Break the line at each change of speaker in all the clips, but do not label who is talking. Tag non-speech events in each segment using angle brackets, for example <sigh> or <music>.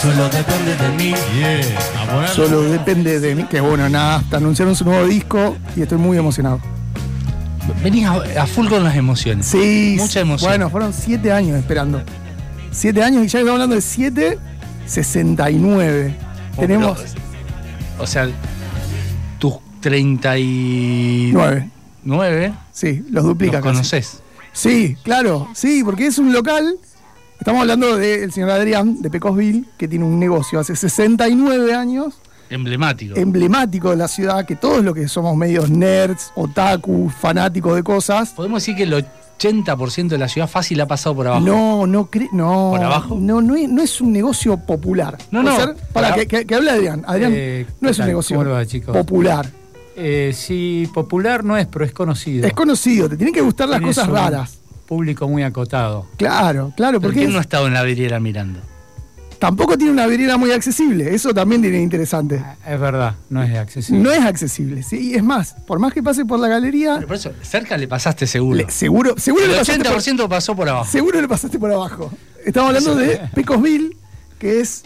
Solo depende de mí.
Yeah, a poner.
Solo depende de mí. Que bueno, nada, hasta anunciaron su nuevo disco y estoy muy emocionado.
Venís a, a full con las emociones.
Sí.
Mucha emoción.
Bueno, fueron siete años esperando. Siete años y ya estamos hablando de 7, 69.
Oh,
Tenemos
O sea, tus 39,
nueve. Sí, los duplica.
eh, los
casi.
conoces.
Sí, claro, sí, porque es un local. Estamos hablando del señor Adrián de Pecosville, que tiene un negocio hace 69 años,
Emblemático.
Em- emblemático de la ciudad, que todos los que somos medios nerds, otaku, fanáticos de cosas,
Podemos decir que el 80% de la ciudad fácil ha pasado por abajo.
No, no cre- no.
¿Por abajo?
No, no es, no es un negocio popular.
No,
¿Puede
no.
ser? Para, que, que, que hable Adrián. Adrián,
Eh,
no
¿qué
es un
tal?
negocio
¿Cómo le va, chicos?
popular.
Eh, sí, popular no es, pero es conocido.
Es conocido, te tienen que gustar las
Tenés
cosas
un
raras.
Público muy acotado.
Claro, claro,
¿Por
porque
qué no ha
es- Ah.
estado en la vidriera mirando?
tampoco tiene una vereda muy accesible. Eso también tiene interesante.
Es verdad, no es accesible.
No es accesible, sí. Es más, por más que pase por la galería,
Pero por eso, cerca le pasaste seguro.
le- seguro, seguro,
el
le pasaste
80%
por,
pasó por abajo.
seguro le pasaste por abajo. Estamos hablando de Pecosville, que es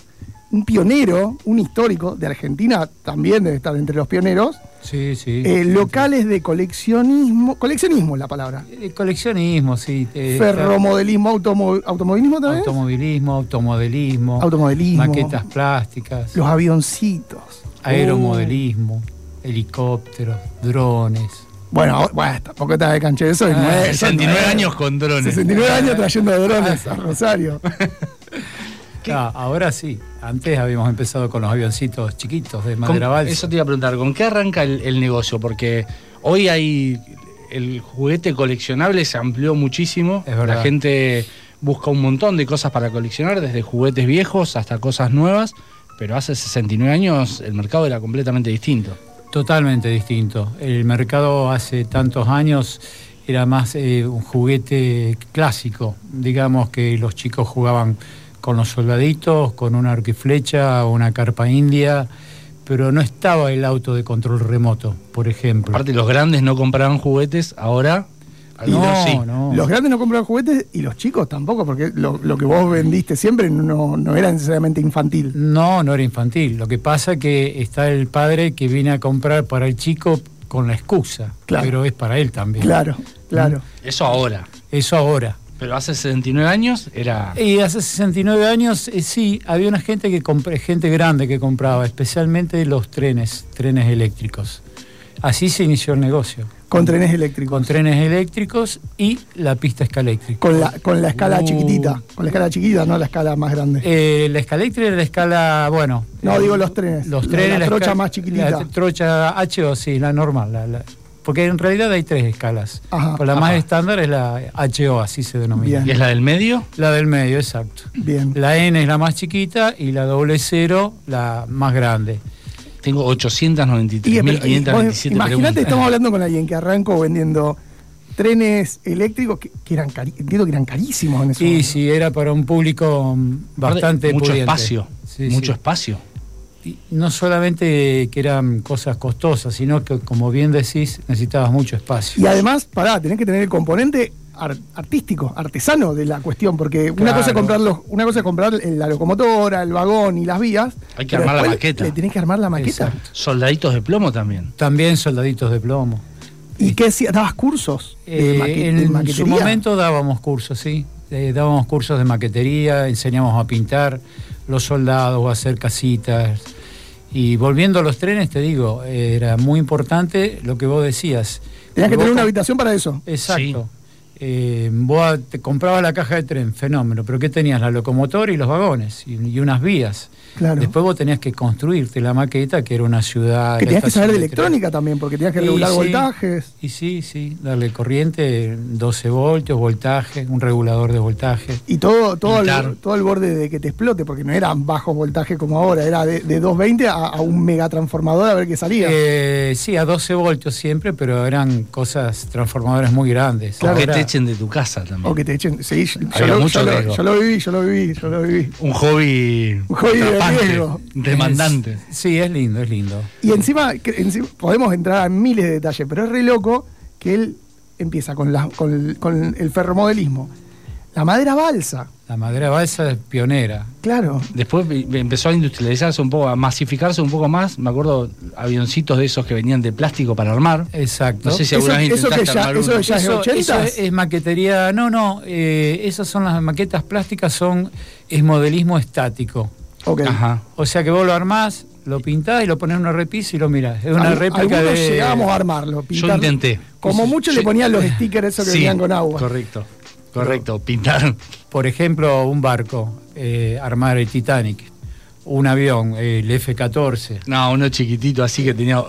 un pionero, un histórico de Argentina, también debe estar entre los pioneros.
Sí, sí.
Eh, locales de coleccionismo, coleccionismo es la palabra.
Eh, Coleccionismo, sí. eh,
Ferromodelismo, automo- automovilismo también.
Automovilismo, automodelismo,
Automodelismo.
maquetas plásticas,
Los avioncitos.
aeromodelismo, helicópteros, drones.
Uh, Bueno, ahora- bueno, tampoco está de canchero. Eso
Ah,
es nuevo, eso es
69
nuevo.
años con drones.
69 años trayendo drones a Rosario.
Ah, ahora sí, antes habíamos empezado con los avioncitos chiquitos de
¿Con-
madera balsa.
Eso te iba a preguntar, ¿con qué arranca el, el negocio? Porque hoy hay el juguete coleccionable se amplió muchísimo.
Es verdad.
La gente busca un montón de cosas para coleccionar, desde juguetes viejos hasta cosas nuevas. Pero hace 69 años el mercado era completamente distinto.
Totalmente distinto. El mercado hace tantos años era más eh, un juguete clásico. Digamos que los chicos jugaban con los soldaditos, con un arco y flecha, una carpa india, pero no estaba el auto de control remoto, por ejemplo.
Aparte, los grandes no compraban juguetes, ahora algunos
no,
sí.
no.
Los grandes no compraban juguetes y los chicos tampoco, porque lo, lo que vos vendiste siempre no, no era necesariamente infantil.
No, no era infantil. Lo que pasa que está el padre que viene a comprar para el chico con la excusa,
Claro.
pero es para él también.
Claro, claro.
Mm.
Eso ahora.
Eso ahora.
Pero hace 69 años era.
Y hace 69 años, eh, sí, había una gente que compra- gente grande que compraba, especialmente los trenes, trenes eléctricos. Así se inició el negocio,
Con trenes eléctricos.
con trenes eléctricos y la pista escaléctrica.
Con la, con la escala
Uh.
chiquitita. Con la escala chiquita, no la escala más grande.
Eh, la escaléctrica era la escala, bueno.
No,
eh,
digo los trenes.
Los
La-
trenes.
la trocha
esca-
más chiquitita.
La trocha H o sí, la normal. la- la- porque en realidad hay tres escalas.
Ajá,
Pero la más
ajá.
estándar es la HO, así se denomina.
Bien.
¿Y es la del medio?
La del medio, exacto.
Bien.
La N es la más chiquita y la doble cero la más grande.
Tengo
Y, pero, y,
893.527
vos, Imagínate,
preguntas. <laughs>
<laughs>
estamos hablando con alguien que arrancó vendiendo trenes eléctricos que, que eran cari- entiendo que eran carísimos en ese
Y
momento.
sí, era para un público mm, bastante
mucho
pudiente.
espacio
Sí,
mucho
sí.
espacio
Y No solamente que eran cosas costosas, sino que, como bien decís, necesitabas mucho espacio.
Y además, pará, tenés que tener el componente ar- artístico, artesano de la cuestión, porque una
Claro.
cosa es comprar los, una cosa es comprar el- la locomotora, el vagón y las vías.
Hay que
pero
armar la
después
maqueta.
Le tenés que armar la maqueta.
Exacto.
soldaditos de plomo también
También soldaditos de plomo.
¿Y qué hacías? ¿Dabas cursos de,
Eh,
maque- de
en
maquetería?
su momento dábamos cursos, sí. Eh, dábamos cursos de maquetería, enseñamos a pintar los soldados, a hacer casitas. Y volviendo a los trenes, te digo, eh, era muy importante lo que vos decías.
Tenías que
Vos
tener una
com-
habitación para eso.
Exacto. Eh, vos a- te comprabas la caja de tren, fenómeno, pero ¿qué tenías? La locomotora y los vagones y, y unas vías.
Claro.
Después vos tenías que construirte la maqueta, que era una
Ah,
ciudad...
que
la
tenías que
estación
saber de
tren.
electrónica también, porque tenías que
Y
regular
sí.
voltajes.
Y sí, sí, darle corriente, 12 voltios, voltaje, un regulador de voltaje.
Y todo, todo,
Pintar.
el, todo el borde de que te explote, porque no eran bajos voltajes como ahora, era de, de 220 a, a un megatransformador a ver qué salía.
Eh, sí, a 12 voltios siempre, pero eran cosas transformadoras muy grandes.
o que
Ahora-
te echen de tu casa también
o que te echen. Sí, yo,
Había
lo,
mucho
yo lo-
riesgo.
yo lo viví, yo lo viví, yo lo viví.
un hobby,
Un hobby de
atrapante,
riesgo.
demandante
Es- sí, es lindo, es lindo.
Y encima, que- encima podemos entrar a miles de detalles, pero es re loco que él empieza con, la- con, con el ferromodelismo. La madera balsa.
La madera balsa es pionera.
Claro.
Después vi- empezó a industrializarse un poco, a masificarse un poco más. Me acuerdo avioncitos de esos que venían de plástico para armar.
Eh,
Exacto.
No sé si
Eso-
alguna vez
eso que
intentaste
ya-
armar
eso
uno.
que ya- es de
Eso,
80s?
eso es eh, maquetería. No, no. eh, esas son las maquetas plásticas, son es modelismo estático.
Ok.
Ajá.
O sea que vos lo armás, lo pintás y lo ponés en una repisa y lo mirás. Es una
Al-
réplica
algunos
de.
llegábamos a armarlo.
Yo
pintar-
intenté.
Como mucho le
Yo-
ponían los stickers esos que
Sí,
venían con agua.
Correcto, correcto. Pintar. <laughs>
Por ejemplo, un barco, eh, armar el Titanic, un avión, eh, el F-14.
No, uno chiquitito así que tenía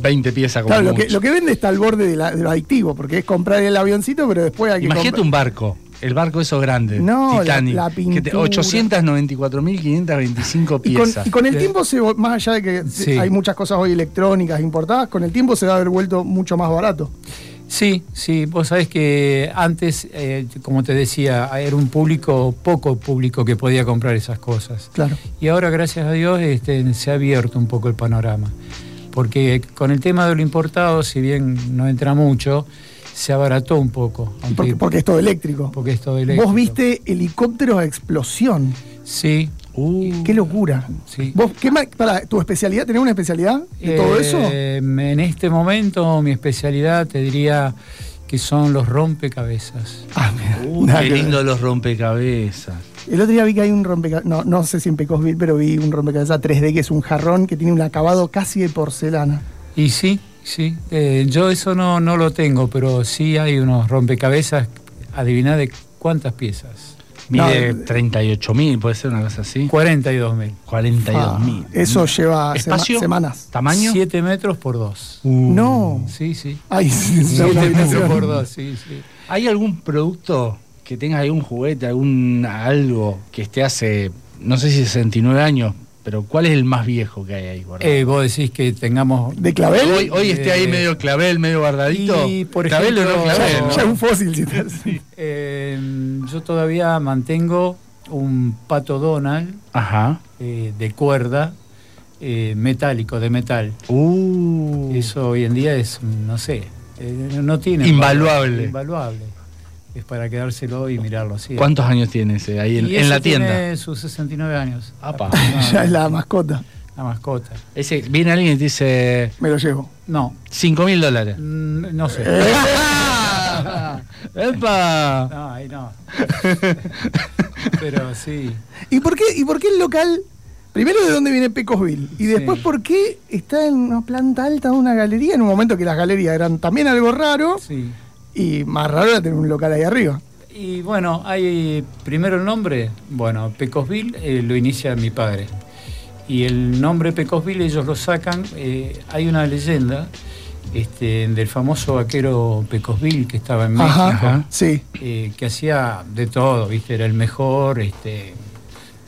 20 piezas como
Eh. Claro, lo que,
mucho.
lo que vende está al borde de, la- de lo adictivo, porque es comprar el avioncito, pero después hay que.
Imagínate un barco. El barco eso grande.
No, la-
Titanic.
la
que te-
pintura.
894.525
Y con,
piezas.
y con el
Sí.
tiempo, se, vol- más allá de que
Sí.
hay muchas cosas hoy electrónicas importadas, con el tiempo se va a haber vuelto mucho más barato.
Sí, sí, vos sabés que antes, eh, como te decía, era un público, poco público que podía comprar esas cosas.
Claro.
Y ahora, gracias a Dios, este, se ha abierto un poco el panorama. Porque con el tema de lo importado, si bien no entra mucho, se abarató un poco. aunque-
Porque, porque es todo eléctrico.
porque esto del
Vos viste helicópteros a explosión.
Sí,
Uh,
Qué locura.
sí.
¿Vos, qué mar- para, ¿Tu especialidad? ¿Tenés una especialidad de todo eso?
Eh, En este momento, mi especialidad te diría que son los rompecabezas.
Ah, mira,
uh,
nada
qué
que ver.
lindo los rompecabezas.
El otro día vi que hay un rompecabezas, no, no sé si en Pecosville, pero vi un rompecabezas 3D que es un jarrón que tiene un acabado casi de porcelana.
Y sí, sí. eh, yo eso no, no lo tengo, pero sí hay unos rompecabezas. Adivina de cuántas piezas.
Mide
No, eh,
38.000, puede ser una cosa así.
42 mil.
Ah,
42.000.
eso lleva sema-
¿Espacio?
semanas.
Mm. ¿Tamaño?
7 metros por 2.
Uh.
No.
Sí, sí.
Ay, <laughs> sí, es una
7 metros
habitación.
por 2, sí, sí.
¿Hay algún producto que tenga algún juguete, algún algo que esté hace, no sé si 69 años, pero cuál es el más viejo que hay ahí? guardado?
Eh, vos decís que tengamos.
¿De clavel?
hoy hoy esté ahí
eh,
medio clavel, medio guardadito.
y, por
clavel o no
<laughs>
ejemplo,
ya,
clavel. ¿no?
ya es un fósil. si te-
eh, yo todavía mantengo un pato Donald
Ajá.
eh, de cuerda eh, metálico, de metal.
Uh.
Eso hoy en día es, no sé, eh, no tiene.
Invaluable.
valor, Invaluable. Es para quedárselo y mirarlo así.
¿Cuántos años tiene ese ahí en,
Y
en
ese
la tienda?
Tiene sus 69 años.
Apa.
aproximadamente,
<laughs> ya es la mascota.
La mascota.
Ese, viene alguien y te dice
Me lo llevo.
No,
5 mil dólares.
mm, no sé. <laughs>
¡Epa!
No, ahí no. Pero sí.
¿Y por qué, y por qué el local? Primero, ¿de dónde viene Pecosville? Y después,
Sí.
¿por qué está en una planta alta de una galería? En un momento que las galerías eran también algo raro.
Sí.
Y más raro era tener un local ahí arriba.
Y bueno, hay primero el nombre. Bueno, Pecosville eh, lo inicia mi padre. Y el nombre Pecosville ellos lo sacan. eh, hay una leyenda este, del famoso vaquero Pecosville que estaba en México,
Ajá,
Ajá.
Sí.
eh, que hacía de todo, ¿viste? Era el mejor. Este,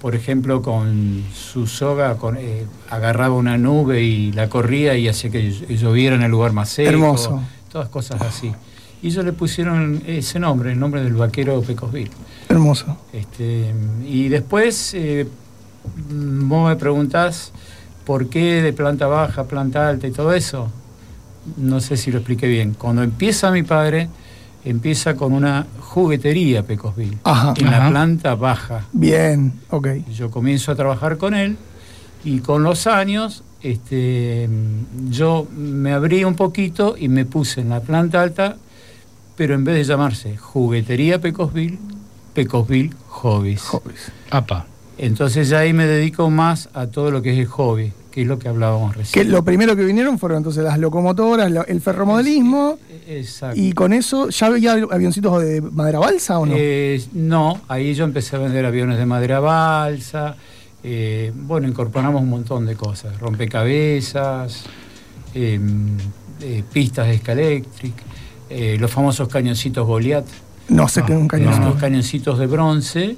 por ejemplo, con su soga con, eh, agarraba una nube y la corría y hacía que ll- lloviera en el lugar más seco.
Hermoso.
Todas cosas así. Y ellos le pusieron ese nombre, el nombre del vaquero Pecosville.
Hermoso.
Este, y después, eh, mm, vos me preguntás por qué de planta baja, planta alta y todo eso. No sé si lo expliqué bien. Cuando empieza mi padre, empieza con una juguetería Pecosville,
Ajá.
en la
Ajá.
planta baja.
Bien, ok.
Yo comienzo a trabajar con él y con los años este, yo me abrí un poquito y me puse en la planta alta, pero en vez de llamarse Juguetería Pecosville, Pecosville Hobbies.
Apa.
Entonces ya ahí me dedico más a todo lo que es el hobby, que es lo que hablábamos
Que
recién.
lo primero que vinieron fueron entonces las locomotoras, lo- el ferromodelismo,
E-, Exacto.
y con eso, ¿ya había avioncitos de madera balsa o no?
Eh, no, ahí yo empecé a vender aviones de madera balsa. eh, bueno, incorporamos un montón de cosas: rompecabezas, eh, eh, pistas de escaléctric, eh, los famosos cañoncitos Goliath,
no sé qué
no,
nunca
los
no.
no.
cañoncitos de bronce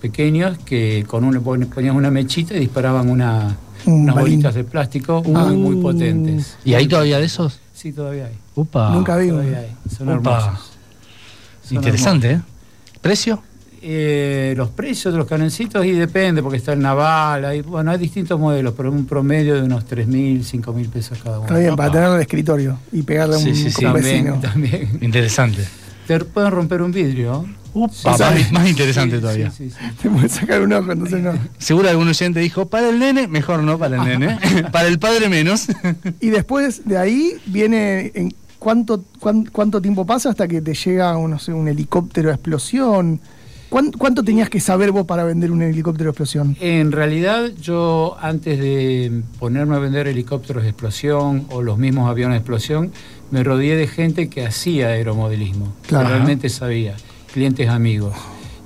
pequeños que con una, pon- ponías una mechita y disparaban una-
Un
unas
balín. Ah.
bolitas de plástico muy, muy potentes.
¿Y hay todavía de esos?
Sí, todavía hay.
Upa.
Nunca vi uno.
Todavía hay. Son
Opa.
hermosos. Son
Interesante, ¿eh? ¿Precio?
Eh, los precios de los canoncitos y depende, porque está el naval, hay, bueno, hay distintos modelos, pero un promedio de unos 3.000, 5.000 pesos cada uno.
Está bien, para
Papá.
tenerlo en el escritorio y pegarle a un,
Sí, sí, sí.
con un
También,
vecino.
también.
Interesante.
Te pueden romper un vidrio,
Upa,
Sí,
más,
sí.
más interesante
Sí,
todavía.
sí, sí, sí.
<laughs> Te pueden sacar un ojo, entonces no.
Seguro algún oyente dijo, para el nene, mejor no para el nene, <laughs> para el padre menos.
Y después de ahí viene en cuánto, cuán- cuánto tiempo pasa hasta que te llega un, no sé, un helicóptero a explosión. ¿Cuán- ¿Cuánto tenías que saber vos para vender un helicóptero a explosión?
En realidad, yo antes de ponerme a vender helicópteros de explosión o los mismos aviones de explosión, me rodeé de gente que hacía aeromodelismo,
Claro.
que realmente sabía, clientes amigos.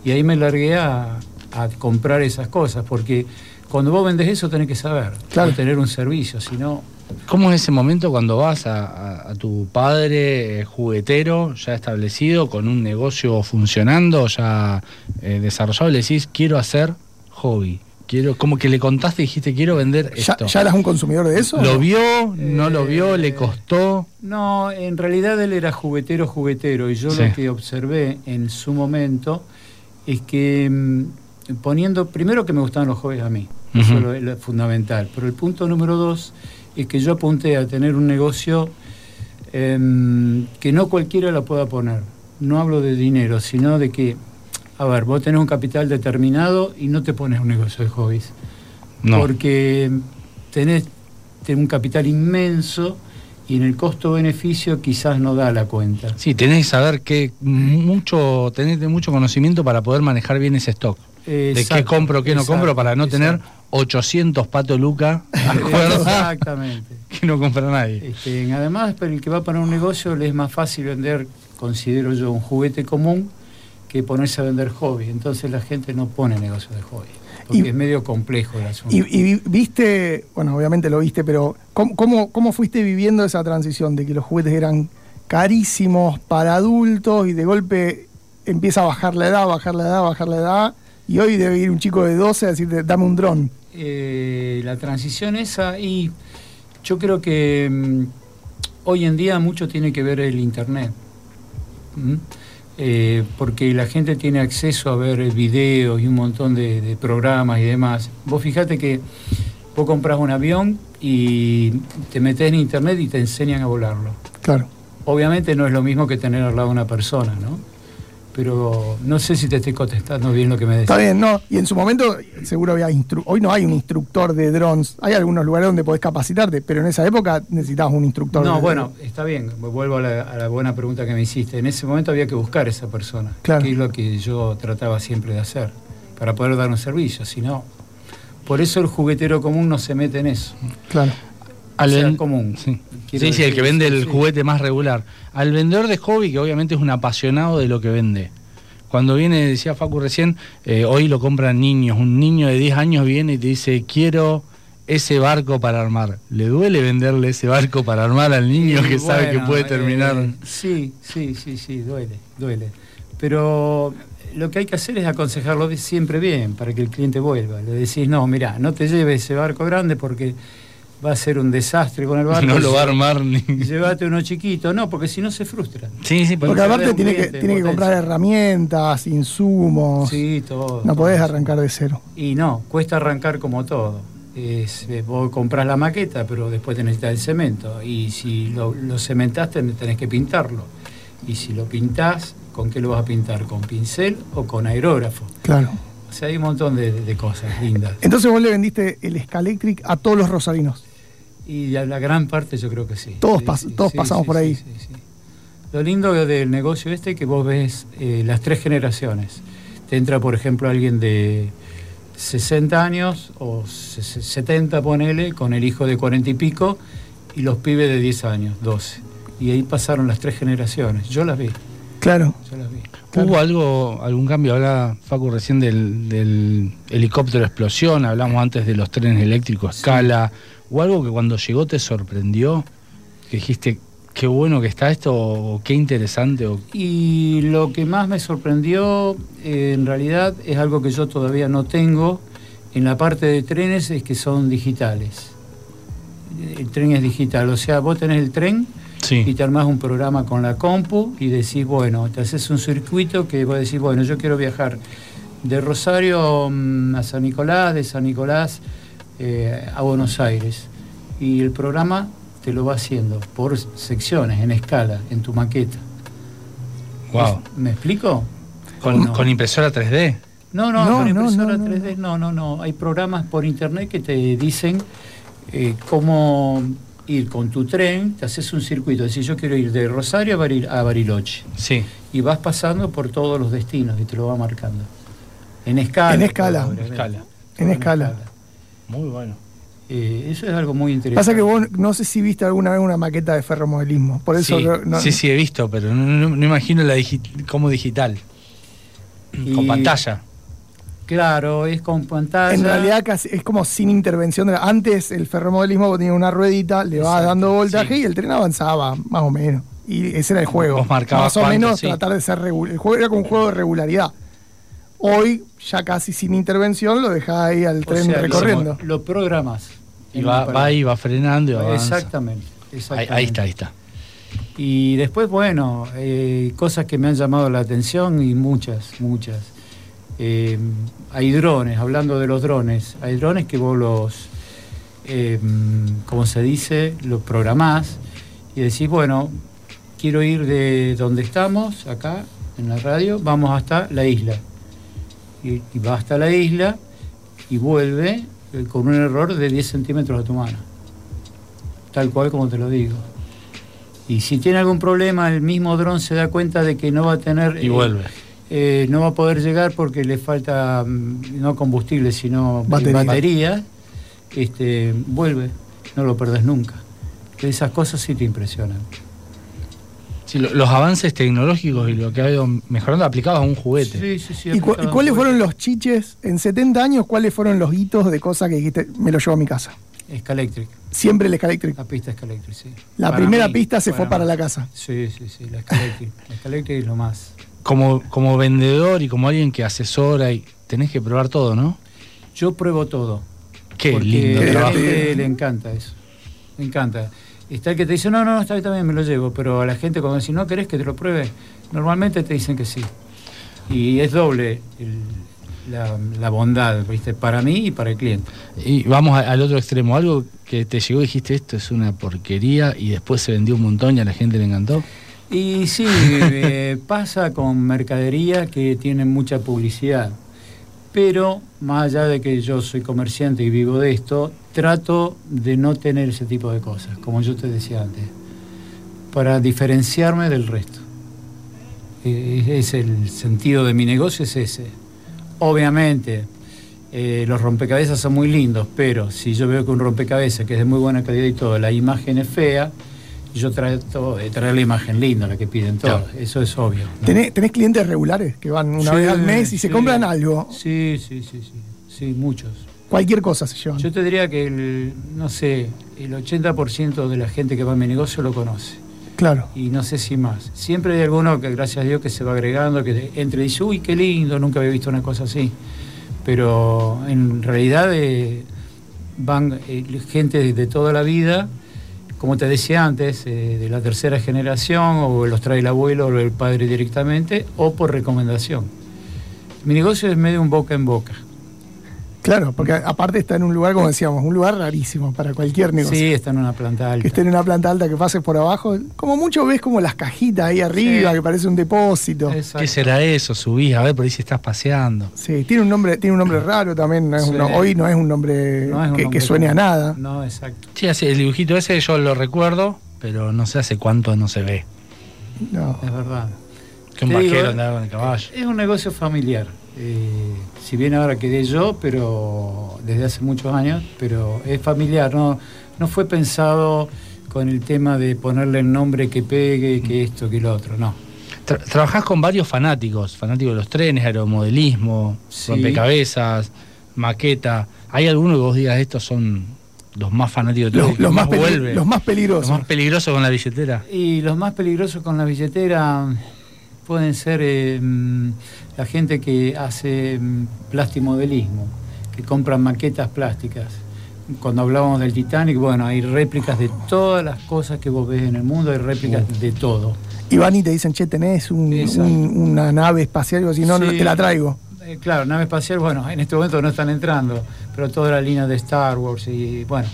Y ahí me largué a, a comprar esas cosas, porque cuando vos vendés eso tenés que saber,
Claro.
o tener un servicio, si no,
¿Cómo es ese momento cuando vas a, a- a tu padre eh, juguetero ya establecido, con un negocio funcionando, ya eh, desarrollado, y le decís, quiero hacer hobby? Quiero, como que le contaste y dijiste, quiero vender
¿Ya,
esto.
ya eras un consumidor de eso?
¿Lo vio? ¿No lo vio?
Eh,
¿Le costó?
No, en realidad él era juguetero, juguetero, y yo
Sí.
lo que observé en su momento es que mm, poniendo, primero que me gustaban los jóvenes a mí, eso
Ujú.
lo- es lo fundamental, pero el punto número dos es que yo apunté a tener un negocio em, que no cualquiera la pueda poner. No hablo de dinero, sino de que, a ver, vos tenés un capital determinado y no te pones un negocio de hobbies
No.
porque tenés, tenés un capital inmenso y en el costo-beneficio quizás no da la cuenta.
Sí, tenés que saber que mucho, tenés de mucho conocimiento para poder manejar bien ese stock. de qué
Exacto,
compro, qué no
exacto,
compro, para no tener
exacto.
800 pato
<laughs>
Luca, ¿verdad?
Exactamente.
<laughs> que no compra nadie.
Este, además, para el que va para un negocio le es más fácil vender, considero yo, un juguete común que ponerse a vender hobby. Entonces la gente no pone negocio de hobby, porque
Y-
es medio complejo el asunto.
Y, y vi- viste, bueno, obviamente lo viste, pero ¿cómo, cómo, cómo fuiste viviendo esa transición de que los juguetes eran carísimos para adultos y de golpe empieza a bajar la edad, bajar la edad, bajar la edad? Y hoy debe ir un chico de 12 a decirte, dame un dron.
eh, la transición esa y yo creo que mm, hoy en día mucho tiene que ver el internet ¿Mm? Eh, porque la gente tiene acceso a ver eh, videos y un montón de, de programas y demás vos fijate que vos compras un avión y te metes en internet y te enseñan a volarlo
Claro.
obviamente no es lo mismo que tener al lado una persona ¿no? pero no sé si te estoy contestando bien lo que me decís
Está bien, ¿no? Y en su momento seguro había instru- hoy no hay un instructor de drones. Hay algunos lugares donde podés capacitarte, pero en esa época necesitabas un instructor.
No,
de-
bueno, está bien, vuelvo a la, a la buena pregunta que me hiciste. En ese momento había que buscar esa persona,
Claro.
que es lo que yo trataba siempre de hacer, para poder dar un servicio, si no. Por eso el juguetero común no se mete en eso.
Claro.
O sea,
ven-
común.
Sí. Sí,
Quiero
sí, el
decir,
que vende
sí,
el
sí.
juguete más regular. Al vendedor de hobby, que obviamente es un apasionado de lo que vende. Cuando viene, decía Facu recién, eh, hoy lo compran niños. Un niño de 10 años viene y te dice, quiero ese barco para armar. ¿Le duele venderle ese barco para armar al niño
Y
que sabe que
bueno,
puede terminar?
eh, sí, sí, sí, sí, duele, duele. Pero lo que hay que hacer es aconsejarlo de- siempre bien para que el cliente vuelva. Le decís, no, mira, no te lleves ese barco grande porque va a ser un desastre con el barco.
no lo va a armar
<laughs>
ni...
Llévate uno chiquito, no, porque si no se frustran.
Sí, sí,
Porque
perder
aparte
un
tiene que,
cliente,
tiene que
potencia.
comprar herramientas, insumos.
Sí, todo.
No podés
todo.
arrancar de cero.
Y no, cuesta arrancar como todo. Es, eh, vos comprás la maqueta, pero después te necesitas el cemento. Y si lo, lo cementaste, tenés que pintarlo. Y si lo pintás, ¿con qué lo vas a pintar? ¿Con pincel o con aerógrafo?
Claro.
O sea, hay un montón de, de cosas lindas.
Entonces vos le vendiste el Scalectric a todos los rosarinos.
Y la, la gran parte yo creo que sí.
Todos
Sí,
pas-
sí,
todos
sí,
pasamos
sí,
por
sí,
ahí.
sí, sí. Lo lindo del negocio este es que vos ves eh, las tres generaciones. Te entra, por ejemplo, alguien de 60 años o se- se- 70, ponele, con el hijo de 40 y pico, y los pibes de 10 años, 12. Y ahí pasaron las tres generaciones. Yo las vi,
Claro.
yo las vi.
¿Hubo algo, algún cambio? Hablaba Facu recién del, del helicóptero explosión, hablamos antes de los trenes eléctricos a escala. ¿Hubo algo que cuando llegó te sorprendió? Que dijiste, qué bueno que está esto, o qué interesante, o
Y lo que más me sorprendió, eh, en realidad, es algo que yo todavía no tengo en la parte de trenes, es que son digitales. El tren es digital, o sea, vos tenés el tren y
sí.
te armás un programa con la compu y decís, bueno, te haces un circuito que vos decís, bueno, yo quiero viajar de Rosario mm, a San Nicolás, de San Nicolás eh, a Buenos Aires. Y el programa te lo va haciendo por secciones, en escala, en tu maqueta.
Wow.
¿Me explico?
Con, con impresora 3D.
No, no,
No,
con
no,
impresora
no, no,
3D, no, no, no. Hay programas por internet que te dicen eh, cómo ir con tu tren, te haces un circuito. Es decir, yo quiero ir de Rosario a, Baril- a Bariloche.
Sí.
Y vas pasando por todos los destinos y te lo va marcando. En escala.
En escala.
obviamente.
En escala.
En escala.
Muy bueno.
Eh, eso es algo muy interesante.
Pasa que vos no sé si viste alguna vez una maqueta de ferromodelismo. Por eso
sí,
no-
sí, sí, he visto, pero no, no- no imagino la digi- como digital. Con
Y-
pantalla.
Claro, es con pantalla.
En realidad casi- es como sin intervención. de la- Antes el ferromodelismo vos tenías una ruedita, le vas
Exacto,
dando voltaje
sí.
y el tren avanzaba, más o menos. Y ese era el juego.
Vos marcabas
más o
cuánto,
menos
sí.
tratar de ser regular. El juego era como un juego de regularidad. Hoy, ya casi sin intervención, lo dejás ahí al
o
tren
sea, lo-
recorriendo.
Lo, programas.
Y va, va ahí, va frenando y avanza.
Exactamente.
Ahí,
exactamente.
ahí está, ahí está.
Y después, bueno, eh, cosas que me han llamado la atención y muchas, muchas. Eh, hay drones, hablando de los drones, hay drones que vos los, eh, como se dice, los programás y decís, bueno, quiero ir de donde estamos, acá, en la radio, vamos hasta la isla. Y, y va hasta la isla y vuelve eh, con un error de 10 centímetros a tu mano. Tal cual como te lo digo. Y si tiene algún problema, el mismo dron se da cuenta de que no va a tener...
Y
eh,
vuelve.
eh, no va a poder llegar porque le falta mm, no combustible, sino
Batería.
batería. Este, vuelve, no lo perdés nunca. Esas cosas sí te impresionan.
Sí, lo- los avances tecnológicos y lo que ha ido mejorando aplicados a un juguete.
Sí, sí, sí,
¿Y, cu-
aplicado.
cuáles fueron los chiches? En 70 años, ¿cuáles fueron los hitos de cosas que dijiste, me lo llevo a mi casa?
Escaléctric,
Siempre el Scalectric.
la pista Escaléctric, sí.
La
Para
primera
mí,
pista se fue
mí.
para la casa.
Sí, sí, sí, la Escaléctric. La Escaléctric es lo más.
Como, como vendedor y como alguien que asesora, y tenés que probar todo, ¿no?
Yo pruebo todo.
Qué
porque
lindo
a la
trabajo.
gente le encanta eso. Le encanta. Está el que te dice, no, no, no, está bien, también me lo llevo. Pero a la gente cuando dice, no, ¿querés que te lo pruebe? Normalmente te dicen que sí. Y es doble el- la, la bondad, ¿viste? Para mí y para el cliente.
Y vamos a- al otro extremo, algo que te llegó y dijiste esto es una porquería y después se vendió un montón y a la gente le encantó. <laughs>
Y sí, eh, pasa con mercadería que tiene mucha publicidad. Pero más allá de que yo soy comerciante y vivo de esto, trato de no tener ese tipo de cosas, como yo te decía antes, para diferenciarme del resto. Eh, Es el sentido de mi negocio, es ese. Obviamente, eh, los rompecabezas son muy lindos, pero si yo veo que un rompecabezas que es de muy buena calidad y todo, la imagen es fea, yo trato de traer la imagen linda, la que piden todos. Eso es obvio. ¿no?
¿Tenés, tenés clientes regulares que van una
Sí,
vez al mes y se
sí.
compran algo?
Sí, sí, sí, sí. Sí, muchos.
Cualquier cosa se llevan.
Yo te diría que el, no sé, el 80% de la gente que va a mi negocio lo conoce.
claro.
Y no sé si más. Siempre hay alguno que, gracias a Dios, que se va agregando, que entre y dice, uy, qué lindo, nunca había visto una cosa así. Pero en realidad eh, van eh, gente de toda la vida, como te decía antes, eh, de la tercera generación, o los trae el abuelo o el padre directamente, o por recomendación. Mi negocio es medio un boca en boca.
Claro, porque aparte está en un lugar, como decíamos, un lugar rarísimo para cualquier negocio.
Sí, está en una planta alta.
Que esté en una planta alta que pases por abajo. Como mucho ves como las cajitas ahí arriba,
Sí.
que parece un depósito.
Exacto.
¿Qué será eso? Subís a ver por ahí si estás paseando.
Sí, tiene un nombre, tiene un nombre raro también. no es
Sí.
uno- hoy no es un nombre,
No es un
que, que
nombre
suene a
común.
nada.
No, exacto.
Sí, hace- el dibujito ese yo lo recuerdo, pero no sé hace cuánto no se ve.
No.
Es verdad.
Que un
Te digo,
vaquero andaba con el caballo.
Es un negocio familiar. Eh, si bien ahora quedé yo, pero desde hace muchos años, pero es familiar. No, no fue pensado con el tema de ponerle el nombre que pegue, que esto, que lo otro. No.
Tra- trabajás con varios fanáticos, fanáticos de los trenes, aeromodelismo,
Sí.
rompecabezas, maqueta. ¿Hay alguno que vos digas estos son los más fanáticos de
Los,
todos, que
los más peli-
vuelven,
los más peligrosos.
los más peligrosos con la billetera?
Y los más peligrosos con la billetera pueden ser eh, mm, la gente que hace mm, plastimodelismo, que compran maquetas plásticas. Cuando hablábamos del Titanic, bueno, hay réplicas de todas las cosas que vos ves en el mundo, hay réplicas de todo.
Y van y te dicen, che, tenés un-
Exacto.
un- una nave espacial. Y vos decís, no, no,
Sí.
te la traigo.
Eh, claro, nave espacial, bueno, en este momento no están entrando, pero toda la línea de Star Wars y bueno,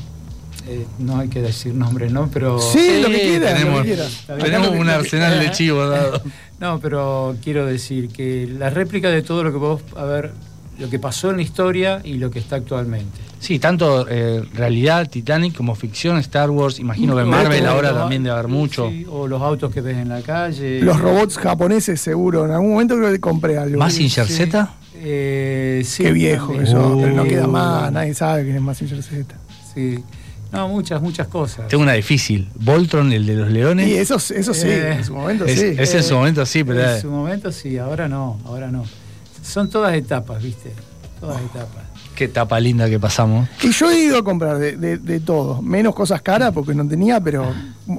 eh, no hay que decir nombre, ¿no? Pero
Sí, lo que quiera,
tenemos,
lo que quiera.
tenemos un arsenal de chivos dado.
<laughs> No, pero quiero decir que la réplica de todo lo que vos, a ver, lo que pasó en la historia y lo que está actualmente.
Sí, tanto eh, realidad, Titanic, como ficción, Star Wars. Imagino que Marvel
O
ahora
los-
también debe haber mucho.
sí, o los autos que ves en la calle.
Los robots japoneses, seguro. En algún momento creo que compré algo.
Más sin- ¿Mazinger
Sí.
Z?
Eh, sí,
Qué viejo
también.
eso,
Uh.
pero no queda más, nadie sabe quién es Massinger Z.
Sí. No, muchas, muchas cosas.
Tengo una difícil. Voltron, el de los leones.
Y eso, eso sí,
Eh,
en su momento
es-
sí.
es- ese en su momento sí, pero-
En su momento sí, ahora no, ahora no. Son todas etapas, ¿viste?
Ah.
Todas etapas.
Qué etapa linda que pasamos.
Y yo he ido a comprar de, de- de todo, menos cosas caras porque no tenía, pero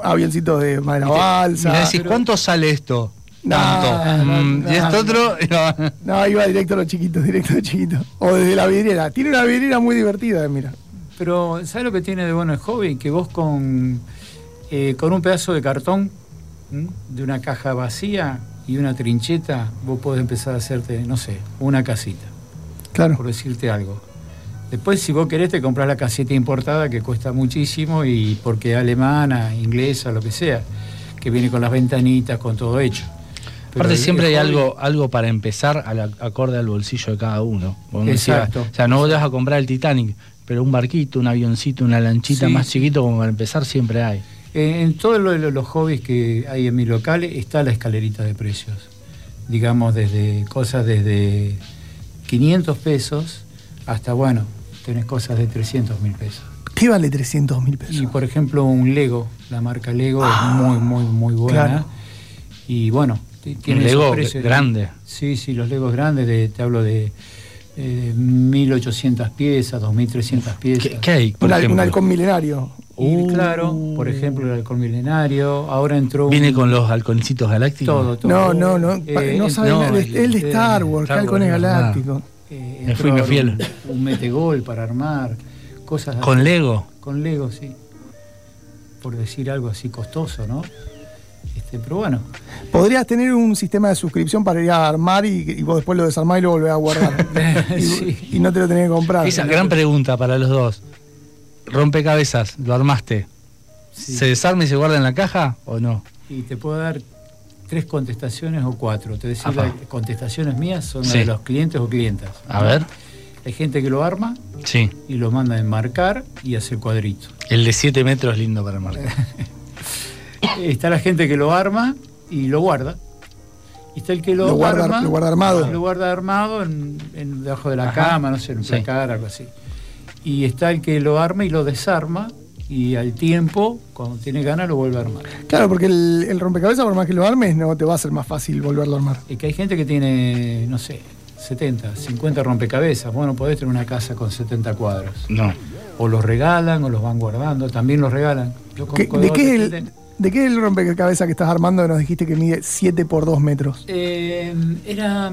avioncitos de madera balsa.
Mirá, decís, ¿cuánto sale esto?
No,
Tanto.
no,
Mm,
no,
y esto otro. <laughs> no.
No, iba directo a los chiquitos, directo a los chiquitos. O desde la vidriera. Tiene una vidriera muy divertida, eh, mira.
Pero, ¿sabes lo que tiene de bueno el hobby? Que vos con, eh, con un pedazo de cartón, ¿m? de una caja vacía y una trincheta, vos podés empezar a hacerte, no sé, una casita,
Claro.
por decirte algo. Después, si vos querés, te compras la caseta importada que cuesta muchísimo y porque es alemana, inglesa, lo que sea, que viene con las ventanitas, con todo hecho. Pero
Aparte
el-
siempre
el
hay
hobby-
algo, algo para empezar al ac- acorde al bolsillo de cada uno. Vos me decías,
Exacto.
o sea, no vas a comprar el Titanic, pero un barquito, un avioncito, una lanchita
Sí.
más chiquito como para empezar siempre hay.
Eh, en todos lo- lo- los hobbies que hay en mi local está la escalerita de precios. Digamos, desde cosas desde 500 pesos hasta, bueno, tenés cosas de 300 mil pesos.
¿Qué vale 300 mil pesos?
Y por ejemplo, un Lego, la marca Lego
Ah,
es muy, muy, muy buena.
claro.
Y bueno, t- tiene
Un
esos
Lego
precios.
grande.
Sí, sí, los Legos grandes, de- te hablo de eh, 1800 piezas, 2300 piezas.
¿Qué, qué hay? por
Un, al- un
ejemplo?
halcón milenario.
Y
Uh.
claro, por ejemplo, el alcohol milenario. Ahora entró un-
Viene con los halconcitos galácticos.
todo, todo.
No, no, no. pa-
Eh,
no sabe
no,
nada. El, el de
eh,
Star Wars,
Star
halcón es
Wars, nada.
galáctico.
eh,
Me fui,
entró
me
ahora
fui
Un, un metegol para armar, cosas así.
Con Lego.
Con Lego, sí. Por decir algo así costoso, ¿no? Este, pero bueno,
Podrías tener un sistema de suscripción para ir a armar y, y vos después lo desarmás y lo volvés a
<laughs>
guardar. y,
Eh, Sí.
y no te lo tenés que comprar.
Esa gran pregunta para los dos. Rompecabezas, lo armaste.
sí.
¿Se desarma y se guarda en la caja o no?
y te puedo dar tres contestaciones o cuatro. Te decir,
Apa.
las contestaciones mías son las
Sí.
de los clientes o clientas.
A ver.
Hay gente que lo arma
Sí.
y lo manda a enmarcar y hace cuadritos.
El de 7 metros es lindo
<laughs>
para marcar.
Está la gente que lo arma y lo guarda. Y está el que lo,
Lo guarda-
arma,
lo guarda armado.
Lo guarda armado en, en- debajo de la
Ajá.
cama, no sé, en un
Sí.
placar, algo así. Y está el que lo arma y lo desarma. Y al tiempo, cuando tiene ganas, lo vuelve a armar.
Claro, porque el, el rompecabezas, por más que lo armes, no te va a ser más fácil volverlo a armar.
Y que hay gente que tiene, no sé, 70, 50 rompecabezas. Bueno, podés tener una casa con 70 cuadros.
No.
O los regalan, o los van guardando. También los regalan. Yo
¿Qué-
conozco
¿De
dos
qué
que
es
tienen-
el.? ¿De qué es el rompecabezas que estás armando que nos dijiste que mide 7 por 2 metros?
Eh, era,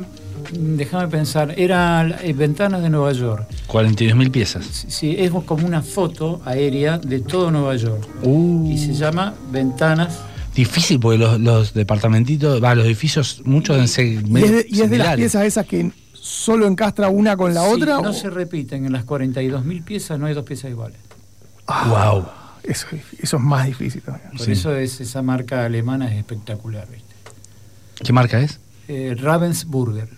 déjame pensar, era eh, Ventanas de Nueva York.
42.000 piezas.
Sí, sí, es como una foto aérea de todo Nueva York. Uh. Y se llama Ventanas.
Difícil porque los, los departamentitos, va, los edificios, muchos en se-
¿Y es, de, y es de las
similares.
piezas esas que solo encastra una con la
Sí,
otra?
No
o-
se repiten, en las 42.000 piezas no hay dos piezas iguales.
Guau.
Ah, eso, es- eso es más difícil
<laughs>
todavía.
Por
Sí.
eso es, esa marca alemana es espectacular, ¿viste?
¿Qué marca es?
Eh, Ravensburger.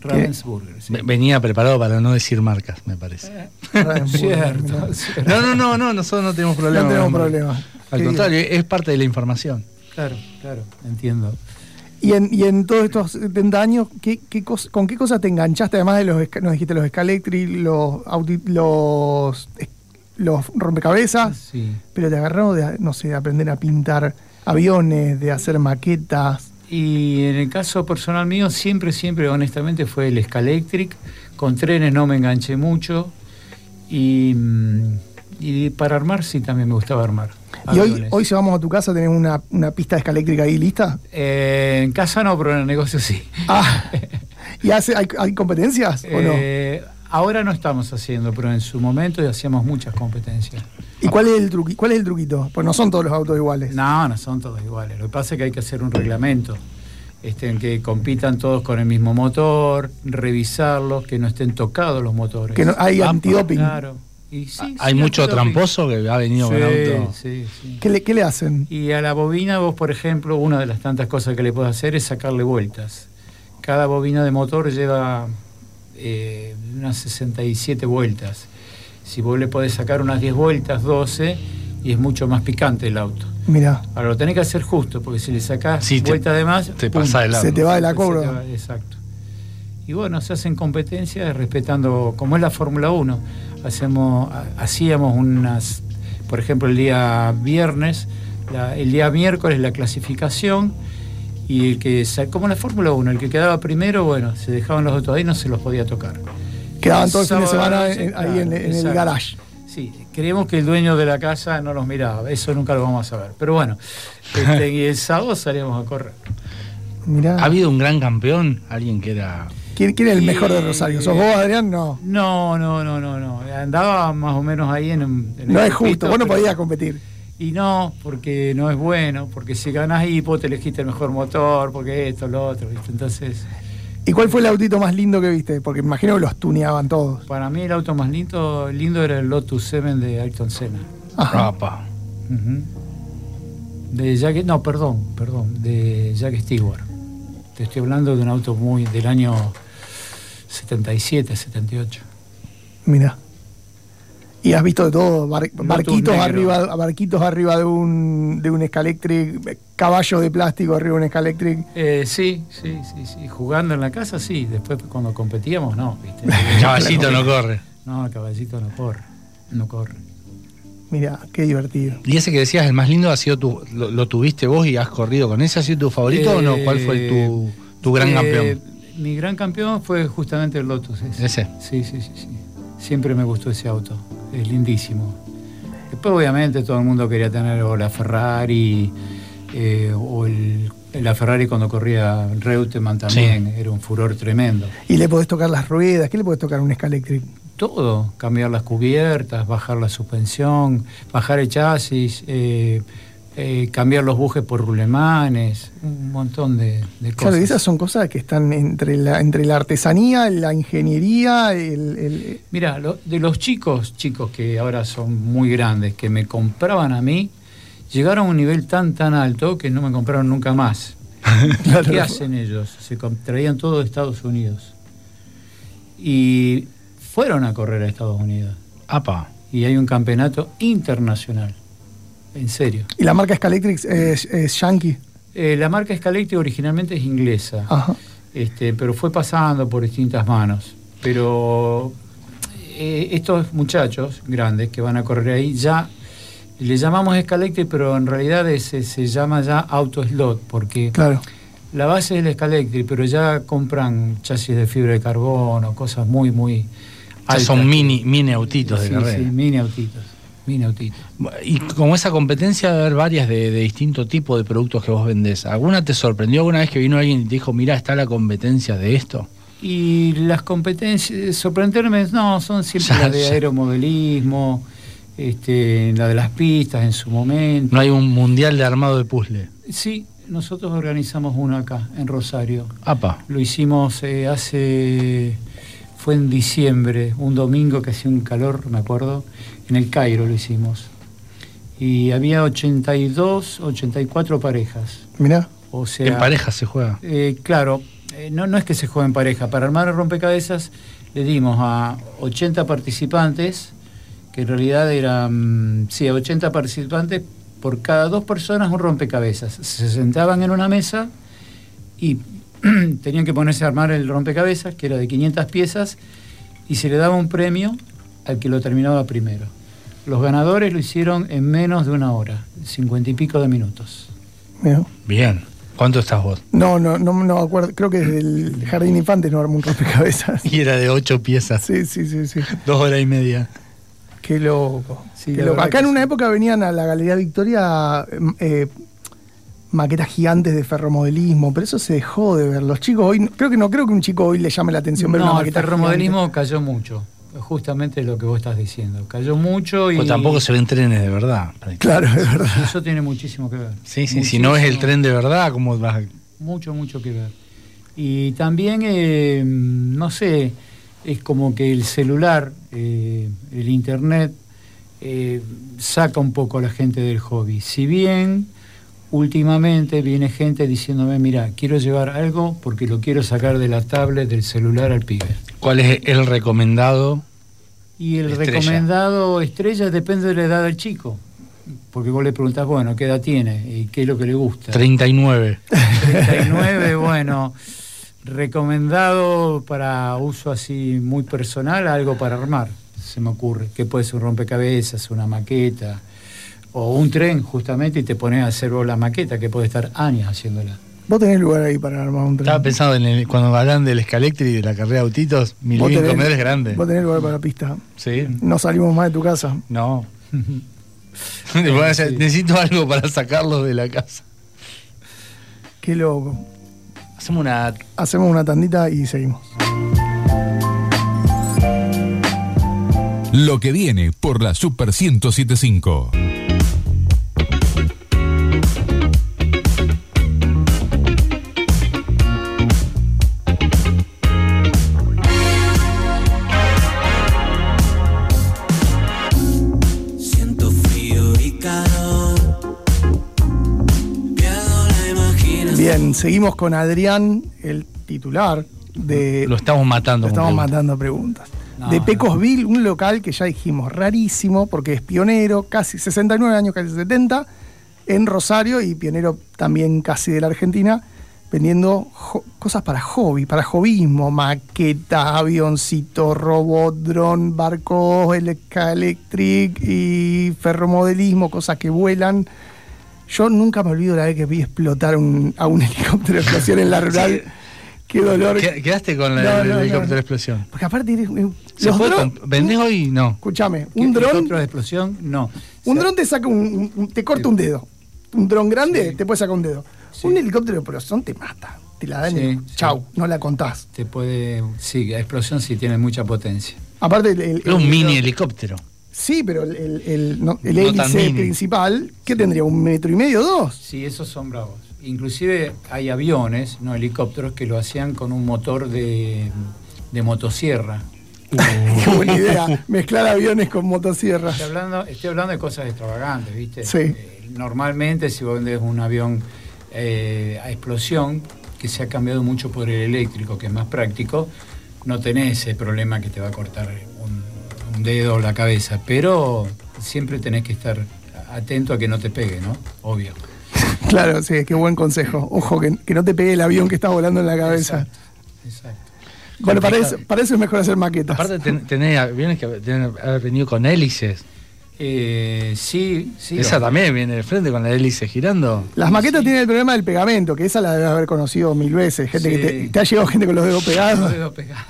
Ravensburger, sí. Eh,
Ve-
<laughs>
Venía preparado para no decir marcas, me parece.
Cierto, cierto.
No, no, no, no, nosotros no tenemos problema.
No tenemos
con las
problema.
marcas. Al contrario, es parte de la información.
Claro, claro, entiendo.
Y en, y en todos estos 70 años, ¿qué, qué cos- ¿con qué cosas te enganchaste? Además de los, esca- nos dijiste los Scalectri, los, auti- los, es- los rompecabezas,
Sí.
pero te agarraron de, no sé, de aprender a pintar aviones, de hacer maquetas.
Y en el caso personal mío, siempre, siempre, honestamente, fue el Scalectric. Con trenes no me enganché mucho. Y, mm, y para armar sí también me gustaba armar.
Y hoy,
aviones.
hoy si vamos a tu casa, ¿tenés una, una pista de escaléctrica ahí lista?
Eh, en casa no, pero en el negocio sí.
Ah, ¿Y hace, hay, hay competencias o no?
Eh, ahora no estamos haciendo, pero en su momento hacíamos muchas competencias.
¿Y cuál es, el truqui, cuál es el truquito? Pues no son todos los autos iguales.
No, no son todos iguales. Lo que pasa es que hay que hacer un reglamento este, en que compitan todos con el mismo motor, revisarlos, que no estén tocados los motores.
Que no- hay
Apa,
antidoping.
Claro, Y sí,
Ah, Hay
sí,
mucho
creo que-
tramposo que ha venido con
Sí,
auto.
sí, sí.
¿Qué le, qué le hacen?
Y a la bobina, vos, por ejemplo, una de las tantas cosas que le puedes hacer es sacarle vueltas. Cada bobina de motor lleva eh, unas 67 vueltas. Si vos le podés sacar unas 10 vueltas, 12, y es mucho más picante el auto.
Mira,
Ahora lo tenés que hacer justo, porque si le sacás
Sí, te-
vueltas de más,
Te
¡pum!
pasa el
Se te
auto.
va de la
Entonces
cobra.
se te va- Exacto. Y bueno, se hacen competencias respetando, como es la Fórmula 1, hacemos, ha- hacíamos unas, por ejemplo, el día viernes, la- el día miércoles la clasificación, y el que, sa- como en la Fórmula 1, el que quedaba primero, bueno, se dejaban los autos ahí, no se los podía tocar.
quedaban todo el fin de
Sábado
semana
noche,
en- ahí en, en el
exacto.
garage.
Sí, creemos que el dueño de la casa no los miraba, eso nunca lo vamos a saber. Pero bueno,
<laughs>
este, y el sábado salíamos a correr.
¿Ha
Mirá.
habido un gran campeón? Alguien que era.
¿Quién, quién es el mejor de
Eh,
Rosario? ¿Sos vos, Adrián? No.
No, no, no, no, no. Andaba más o menos ahí en, un- en el
No es
grupito,
justo, vos no
pero-
podías competir.
Y no, porque no es bueno, porque si ganás hipo te elegiste el mejor motor, porque esto, lo otro, ¿viste? Entonces,
¿Y cuál fue el autito más lindo que viste? Porque me imagino que los tuneaban todos.
para mí el auto más lindo, lindo era el Lotus 7 de Ayrton Senna. Ah.
Ajá.
Rapa.
Ujú. De Jack, no, perdón, perdón, de Jack Stewart. Te estoy hablando de un auto muy del año 77, 78.
Mirá. ¿Y has visto de todo? Bar-
Lotus
barquitos,
negro.
arriba, barquitos arriba de un, de un Scalectric, caballos de plástico arriba de un Scalectric.
Eh, sí, sí, sí, sí. Jugando en la casa, sí. Después cuando competíamos, no,
<laughs>
¿viste?
Caballito no corre.
No, el caballito no corre. No corre.
Mirá, qué divertido.
Y ese que decías, el más lindo, ha sido tu, lo, lo tuviste vos y has corrido con ese. ¿Ha sido tu favorito o no? ¿Cuál fue el tu, tu gran
Eh,
campeón?
Mi gran campeón fue justamente el Lotus. ese.
Ese.
Sí, sí, sí, sí. Siempre me gustó ese auto. Es lindísimo. Después, obviamente, todo el mundo quería tener o la Ferrari eh, o el- la Ferrari cuando corría Reutemann también. Era un furor tremendo.
Y le podés tocar las ruedas, ¿qué le podés tocar a un Scalectric?
todo, cambiar las cubiertas, bajar la suspensión, bajar el chasis, eh, eh, cambiar los bujes por rulemanes, un montón de, de cosas.
Claro, y esas son cosas que están entre la, entre la artesanía, la ingeniería, el, el-
Mira, lo- de los chicos, chicos que ahora son muy grandes, que me compraban a mí, llegaron a un nivel tan tan alto que no me compraron nunca más.
Claro.
¿Qué hacen ellos? Se com- traían todo de Estados Unidos. Y fueron a correr a Estados Unidos.
Apa.
Y hay un campeonato internacional. En serio.
y la marca Scalectric es, es Yankee.
Eh, la marca Scalecti originalmente es inglesa,
Ajá.
este, pero fue pasando por distintas manos. Pero eh, estos muchachos grandes que van a correr ahí ya le llamamos Scalecti, pero en realidad es- se- se llama ya Auto Slot, porque
Claro.
la base es el Scalecti, pero ya compran chasis de fibra de carbono, cosas muy, muy
Ya
altas.
son mini, mini autitos de
Sí,
carrera.
sí, mini autitos. Mini autitos.
Y como esa competencia de haber varias de, de distinto tipo de productos que vos vendés, ¿alguna te sorprendió alguna vez que vino alguien y te dijo, mira, está la competencia de esto?
Y las competencias, sorprenderme, no, son siempre
<laughs> Ya,
las de
ya.
aeromodelismo, este, la de las pistas en su momento.
No hay un mundial de armado de puzzle.
Sí, nosotros organizamos uno acá, en Rosario.
Apa.
Lo hicimos eh, hace, fue en diciembre, un domingo que hacía un calor, me acuerdo, en el Cairo lo hicimos. Y había 82, 84 parejas.
Mirá.
O sea,
En pareja se juega.
Eh, claro, eh, no, no es que se juegue en pareja. Para armar el rompecabezas le dimos a 80 participantes, que en realidad eran, sí, a 80 participantes, por cada dos personas un rompecabezas. Se sentaban en una mesa y <clears throat> tenían que ponerse a armar el rompecabezas, que era de 500 piezas, y se le daba un premio al que lo terminaba primero. Los ganadores lo hicieron en menos de una hora, 50 y pico de minutos.
mirá.
Bien. ¿Cuánto estás vos? <laughs>
No, no, no, no me acuerdo. Creo que desde el jardín infante no armó un
<laughs>
rompecabezas.
Y era de ocho piezas,
<laughs> Sí, sí, sí, sí.
dos horas y media.
Qué loco.
Sí,
qué
la
loco.
verdad
Acá
que
en una
sí.
época venían a la Galería Victoria eh, eh, maquetas gigantes de ferromodelismo, pero eso se dejó de ver. Los chicos hoy, no- creo que no creo que un chico hoy le llame la atención ver una
No, el
maqueta
ferromodelismo cayó mucho. Justamente lo que vos estás diciendo. Cayó mucho y.
O Pues tampoco se ven trenes de verdad.
gigante. Claro, es verdad.
Eso tiene muchísimo que ver.
<laughs> Sí, sí, si no es el
Muchísimo,
tren de verdad, ¿cómo vas? a-
Mucho, mucho que ver. Y también, eh, no sé, es como que el celular, eh, el internet, eh, saca un poco a la gente del hobby. Si bien últimamente viene gente diciéndome, mira, quiero llevar algo porque lo quiero sacar de la tablet, del celular al pibe.
¿Cuál es el recomendado?
Y el
Estrella.
recomendado estrella depende de la edad del chico. Porque vos le preguntás, bueno, ¿qué edad tiene? ¿Y qué es lo que le gusta?
39.
39, bueno, recomendado para uso así muy personal, algo para armar, se me ocurre, que puede ser un rompecabezas, una maqueta, o un tren justamente y te pones a hacer vos la maqueta, que puede estar años haciéndola.
Vos tenés lugar ahí para armar un tren.
Estaba pensando en el- cuando hablan del escaléctric y de la carrera de autitos, mi
Vos
living
tenés-
comer es grande.
Vos tenés lugar para la pista.
Sí,
No salimos más de tu casa.
<laughs> no. Voy a hacer- Necesito algo para sacarlos de la casa.
Qué loco.
Hacemos una
Hacemos una tandita y seguimos.
Lo que viene por la Super 1075.
Siento frío y calor. Pierdo la imaginación.
Bien, seguimos con Adrián, el titular de.
Lo Eh, estamos matando.
Lo
con
estamos
preguntas.
mandando preguntas.
No,
de
no.
Pecosville, un local que ya dijimos rarísimo, porque es pionero, casi 69 años, casi 70, en Rosario y pionero también casi de la Argentina, vendiendo jo- cosas para hobby, para jovismo, maquetas, avioncito, robot, dron, barcos, elecca- electric y ferromodelismo, cosas que vuelan. Yo nunca me olvido la vez que vi explotar un- a un <laughs> helicóptero de explosión en la rural. Qué dolor.
Qued- Quedaste con la,
No,
el
no, no.
helicóptero de explosión.
Porque aparte eres-
¿Se
los
puede
dron-
comp- ¿Vendés hoy? No.
Escúchame, un dron,
¿Helicóptero de explosión? No.
un dron te saca un, un- un- te corta un dedo. Un dron grande te puede sacar un dedo.
Sí.
Un helicóptero de explosión te mata. Te la dan
Sí,
y
sí.
chau, no la contás.
Te puede... Sí, la explosión sí tiene mucha potencia.
Aparte el, el-
Era un
el-
mini helicóptero.
Sí, pero el, el, el- no, el
No tan
hélice
mini.
principal, ¿qué tendría? ¿Un metro y medio
<laughs>
dos?
Sí, esos son bravos. Inclusive hay aviones, no helicópteros, que lo hacían con un motor de, de motosierra.
Qué buena idea. Mezclar aviones con motosierras.
Estoy hablando, estoy hablando de cosas extravagantes, ¿viste?
Sí.
Eh, normalmente, si vos vendés un avión eh, a explosión, que se ha cambiado mucho por el eléctrico, que es más práctico, no tenés ese problema que te va a cortar un, un dedo o la cabeza. Pero siempre tenés que estar atento a que no te pegue, ¿no? Obvio.
Claro, sí, qué buen consejo. Ojo, que, que no te pegue el avión que está volando en la cabeza.
Exacto, exacto.
Bueno, para eso, para eso es mejor hacer maquetas.
Aparte, ten- tenés aviones que tienen- haber venido con hélices.
Eh, sí, sí.
Esa
o-
también viene de frente con la hélice girando.
Las maquetas tienen el problema del pegamento, que esa la debes haber conocido mil veces. Gente que te,
Sí.
te ha llegado gente con los dedos
Los
pegados.
dedos pegados.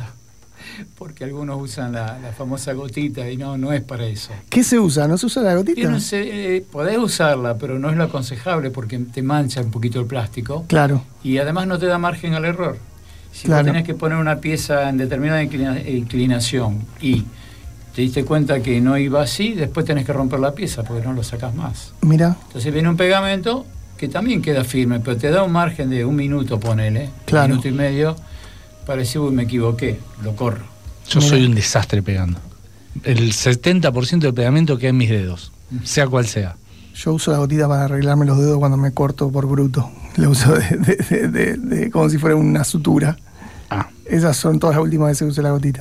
Porque algunos usan la, la famosa gotita y no, no es para eso.
¿Qué se usa? ¿No se usa la
Y
gotita?
no sé, eh, podés usarla, pero no es lo aconsejable porque te mancha un poquito el plástico
Claro.
y además no te da margen al error. Si
Claro.
vos tenés que poner una pieza en determinada inclina- inclinación y te diste cuenta que no iba así, después tenés que romper la pieza porque no lo sacás más.
Mira,
Entonces viene un pegamento que también queda firme, pero te da un margen de un minuto, ponele,
Claro.
un minuto y medio, para decir, uy, me equivoqué, lo corro.
Yo
Mira.
soy un desastre pegando. El 70% del pegamento queda en mis dedos, sea cual sea.
yo uso la gotita para arreglarme los dedos cuando me corto por bruto. La uso de, de- de- de- de- como si fuera una sutura.
Ah,
Esas son todas las últimas veces que usé la gotita.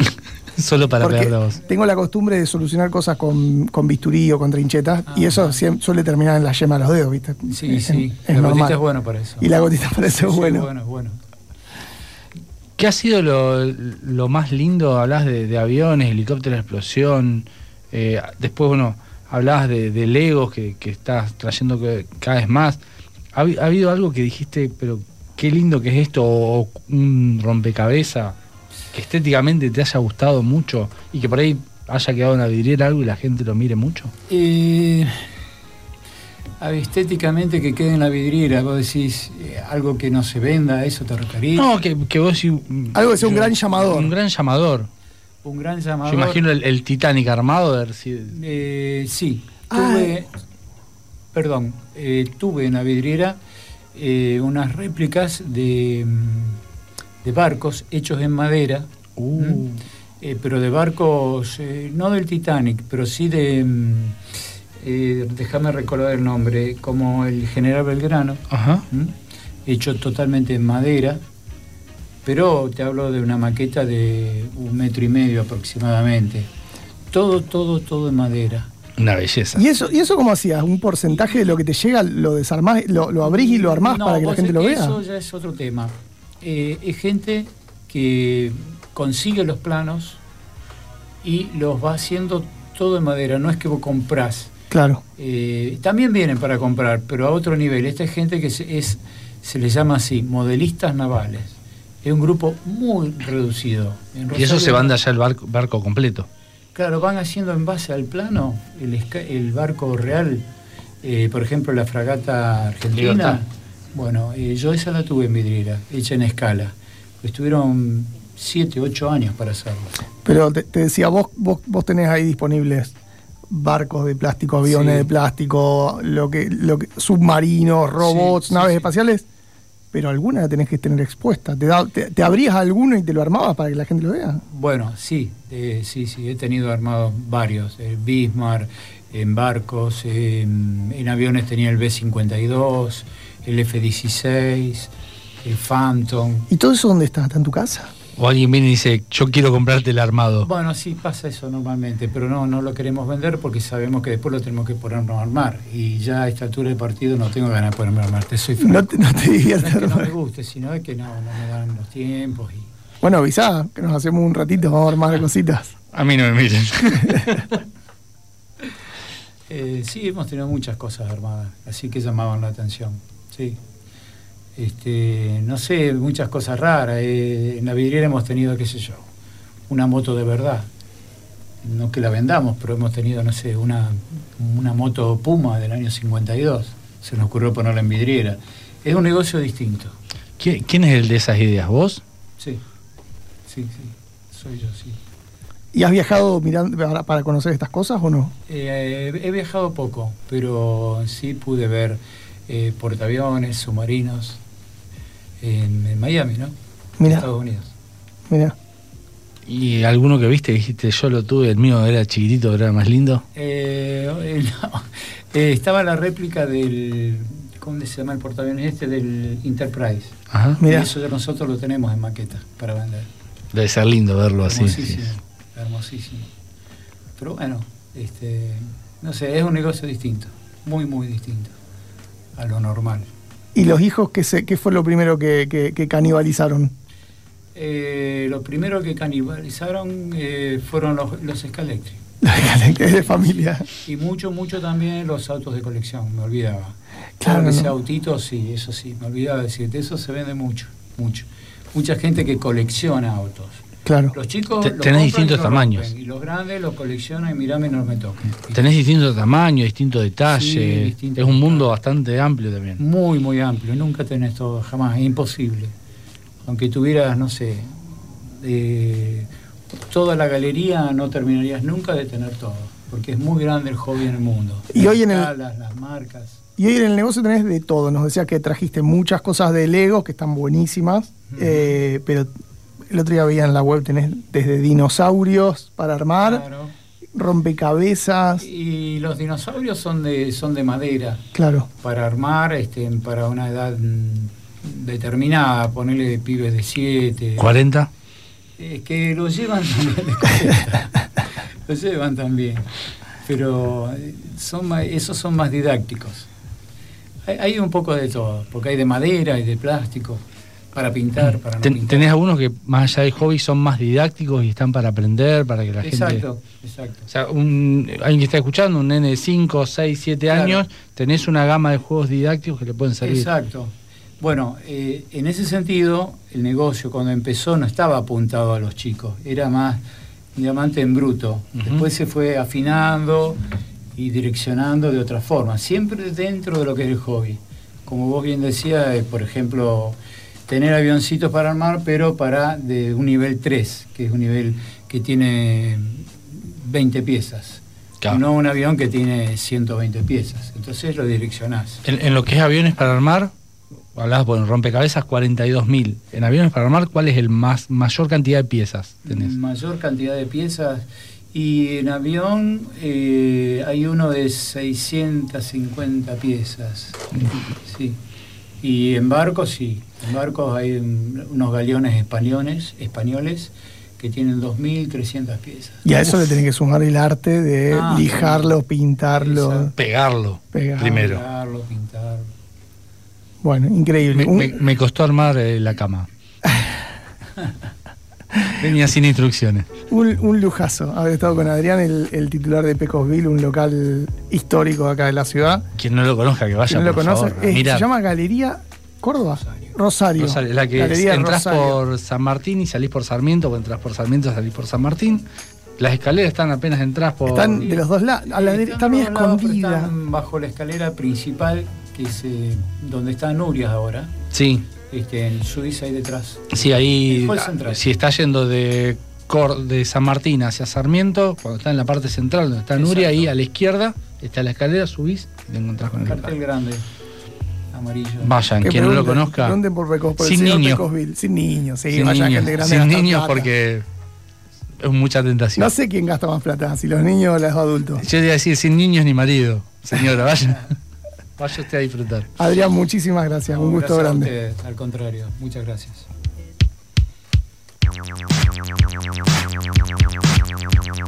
solo para
Porque
pegar la voz.
tengo la costumbre de solucionar cosas con, con bisturí o con trinchetas y eso siem- suele terminar en la yema de los dedos, ¿viste?
Ah. Sí,
Es-
sí,
Es
la gotita
normal.
es bueno para eso.
Y la gotita <laughs> parece
Sí,
bueno.
bueno, es bueno.
¿Qué ha sido lo, lo más lindo? Hablas de, de aviones, helicópteros, de explosión. eh, después, bueno, hablabas de, de Legos que, que estás trayendo que- cada vez más. ¿Ha, habi- ha habido algo que dijiste, pero qué lindo que es esto? O un rompecabezas que estéticamente te haya gustado mucho y que por ahí haya quedado en la vidriera algo y la gente lo mire mucho.
Eh, a ver, eh, estéticamente que quede en la vidriera, vos decís eh, algo que no se venda, ¿a eso te referís.
No, que, que vos. sí- mm,
Algo que sea un gran llamador.
Un gran llamador.
Un gran
Yo
llamador.
imagino el, el Titanic armado. de haber sido-
Eh, sí,
Ah,
tuve,
eh.
perdón, eh, tuve en la vidriera eh, unas réplicas de, mm, de barcos hechos en madera.
Uh,
eh, pero de barcos, eh, no del Titanic, pero sí de, mm, eh, déjame recordar el nombre, como el General Belgrano,
Ajá.
¿m? ¿Mm? hecho totalmente en madera, pero te hablo de una maqueta de un metro y medio aproximadamente. Todo, todo, todo en madera.
Una belleza.
¿Y eso, ¿Y eso cómo hacías? ¿Un porcentaje de lo que te llega lo desarmás, lo, lo abrís y lo armás
No,
para que la
vos
gente
sabés
lo
que
vea?
Eso ya es otro tema. Eh, es gente que consigue los planos y los va haciendo todo en madera. No es que vos comprás.
Claro.
Eh, también vienen para comprar, pero a otro nivel. Esta es gente que se, es, se les llama así, modelistas navales. Es un grupo muy reducido. En
Y eso
Rosario-
se manda ya el barco, barco completo.
Claro, van haciendo en base al plano el, esca- el barco real, eh, por ejemplo, la fragata argentina.
Libertad.
Bueno, eh, yo esa la tuve en vidriera, hecha en escala. Estuvieron 7, 8 años para hacerlo.
Pero te, te decía, vos, vos, vos tenés ahí disponibles barcos de plástico, aviones
Sí.
de plástico, lo que, lo que, submarinos, robots,
sí,
naves
sí.
espaciales, pero alguna la tenés que tener expuesta. Te, da- te, te abrías alguno y te lo armabas para que la gente lo vea.
Bueno, sí, eh, sí, sí, he tenido armados varios. El Bismarck, en barcos, eh, en aviones tenía el B-52, el F-16, el Phantom.
¿Y todo eso dónde está? ¿Está en tu casa?
O alguien viene y dice, yo quiero comprarte el armado.
Bueno, sí pasa eso normalmente, pero no, no lo queremos vender porque sabemos que después lo tenemos que ponernos a armar. Y ya a esta altura del partido no tengo ganas de ponerme a armar, te soy franco.
No te, no te
No
diviertas.
es que
<laughs>
no
hermano.
me guste, sino es que no, no me dan los tiempos. Y...
Bueno, avisá, que nos hacemos un ratito, vamos a armar cositas.
A mí no me miren.
Eh, sí, hemos tenido muchas cosas armadas, así que llamaban la atención. Sí. Este, no sé, muchas cosas raras. eh, en la vidriera hemos tenido, qué sé yo, una moto de verdad. No que la vendamos, pero hemos tenido, no sé, una, una moto Puma del año 52. Se nos ocurrió ponerla en vidriera. Es un negocio distinto.
<laughs> ¿Qui- ¿Quién es el de esas ideas? ¿Vos?
Sí, sí, sí. Soy yo, sí.
¿Y has viajado mirando para, para conocer estas cosas o no?
Eh, he viajado poco, pero sí pude ver eh, portaaviones, submarinos en, en Miami, ¿no? En
Mira,
Estados Unidos.
mira.
¿Y alguno que viste dijiste, yo lo tuve, el mío era chiquitito, pero era más lindo?
Eh, <laughs> eh, no. Eh, estaba la réplica del. ¿Cómo se llama el portaaviones este? Del Enterprise.
Ajá.
Mirá.
Y eso ya nosotros lo tenemos en maqueta para vender.
Debe ser lindo verlo así.
hermosísimo, hermosísimo. Pero bueno, este, no sé, es un negocio distinto, muy, muy distinto a lo normal.
¿Y los hijos qué, se, qué fue lo primero que, que- que canibalizaron? <laughs>
Eh, lo primero que canibalizaron eh, fueron los, los Scalectri.
de familia.
Y mucho, mucho también los autos de colección, me olvidaba.
Claro,
Claro, ese
¿no?
autito, sí, eso sí, me olvidaba decirte. Eso se vende mucho, mucho. Mucha gente que colecciona autos.
Claro.
Los chicos.
Te-
los
tenés
compran y
distintos
los
tamaños.
rompen, y los grandes los coleccionan y mirame, no me toquen.
Tenés distintos tamaños, distintos detalles.
Sí, distintos
es un mundo
detalles.
bastante amplio también.
Muy, muy amplio. Nunca tenés todo, jamás. Es imposible. Aunque tuvieras, no sé, eh, toda la galería, no terminarías nunca de tener todo. Porque es muy grande el hobby en el mundo.
Y hoy en el-
Las escalas, las marcas.
Y hoy en el negocio tenés de todo. Nos decías que trajiste muchas cosas de Lego que están buenísimas, eh, pero el otro día veía en la web tenés desde dinosaurios para armar,
Claro.
rompecabezas.
Y los dinosaurios son de, son de madera.
Claro,
Para armar, este, para una edad mm, determinada, ponerle pibes de 7,
¿40?
Es que lo llevan también.
<laughs>
de colecta. lo llevan también. Pero eh, son ma- esos son más didácticos. Hay, hay un poco de todo, porque hay de madera, hay de plástico, para pintar, para no
Ten-
pintar.
tenés algunos que, más allá de hobby, son más didácticos y están para aprender, para que la gente.
exacto, exacto.
O sea, un, alguien que está escuchando, un nene de 5, 6, 7
Claro.
años, tenés una gama de juegos didácticos que le pueden salir.
Exacto. Bueno, eh, en ese sentido, el negocio cuando empezó no estaba apuntado a los chicos, era más un diamante en bruto.
Ujú.
Después se fue afinando y direccionando de otra forma, siempre dentro de lo que es el hobby. Como vos bien decías, eh, por ejemplo, tener avioncitos para armar, pero para de un nivel 3, que es un nivel que tiene 20 piezas,
Claro.
no un avión que tiene 120 piezas. Entonces lo direccionás.
En, en lo que es aviones para armar, hablabas por rompecabezas, 42.000. En aviones para armar, ¿cuál es el más mayor cantidad de piezas tenés?
Mm.
Mayor cantidad de piezas. Y en avión eh, hay uno de 650 piezas. Sí. Y en barcos, sí. En barcos hay un- unos galeones españoles, españoles que tienen 2.300 piezas.
Y a eso le tenés que sumar el arte de
Ah,
lijarlo, pintarlo.
Exacto.
Pegarlo.
Pegarlo.
Primero.
Pintarlo, pintarlo.
Bueno, increíble.
Me,
Un-
me- me costó armar eh, la cama.
<laughs>
Venía sin instrucciones.
Un, un lujazo haber estado con Adrián, el, el titular de Pecosville, un local histórico acá de la ciudad.
Quien no lo conozca, que vaya
Quien no lo
por
conoce,
favor, a
eh, se
mirar.
llama Galería Córdoba. Rosario.
Rosario, la que
Galería
entras
Rosario.
por San Martín y salís por Sarmiento, o entras por Sarmiento y salís por San Martín. Las escaleras están apenas entras por.
Están de los dos lados. A la dere-
Están
está bien
por un lado, pero
escondida.
están bajo la escalera principal, que es eh, donde está Nurias ahora.
Sí,
Este, en Suiza ahí detrás.
sí, ahí.
El hall central.
Si está yendo de, Cor- de San Martín hacia Sarmiento, cuando está en la parte central donde está Nuria,
Exacto.
ahí a la izquierda está la escalera, subís y te encontrás con el
Cartel
local.
grande, amarillo.
Vayan,
Que
quien no lo
pregunten-
conozca.
Pregunten por, Pecos, por el
Sin
señor
niños.
Pecosville. Sin niños, sí,
sin
vaya
niños,
gente grande.
sin
gasta
niños
plata.
porque es mucha tentación.
No sé quién gasta más plata, si los niños o los adultos.
Yo iba a decir sin niños ni marido, señora, vaya. <laughs> vaya usted a disfrutar.
Adrián, muchísimas gracias.
No,
un gusto
Oh, gracias a
grande.
ustedes, al contrario, muchas gracias.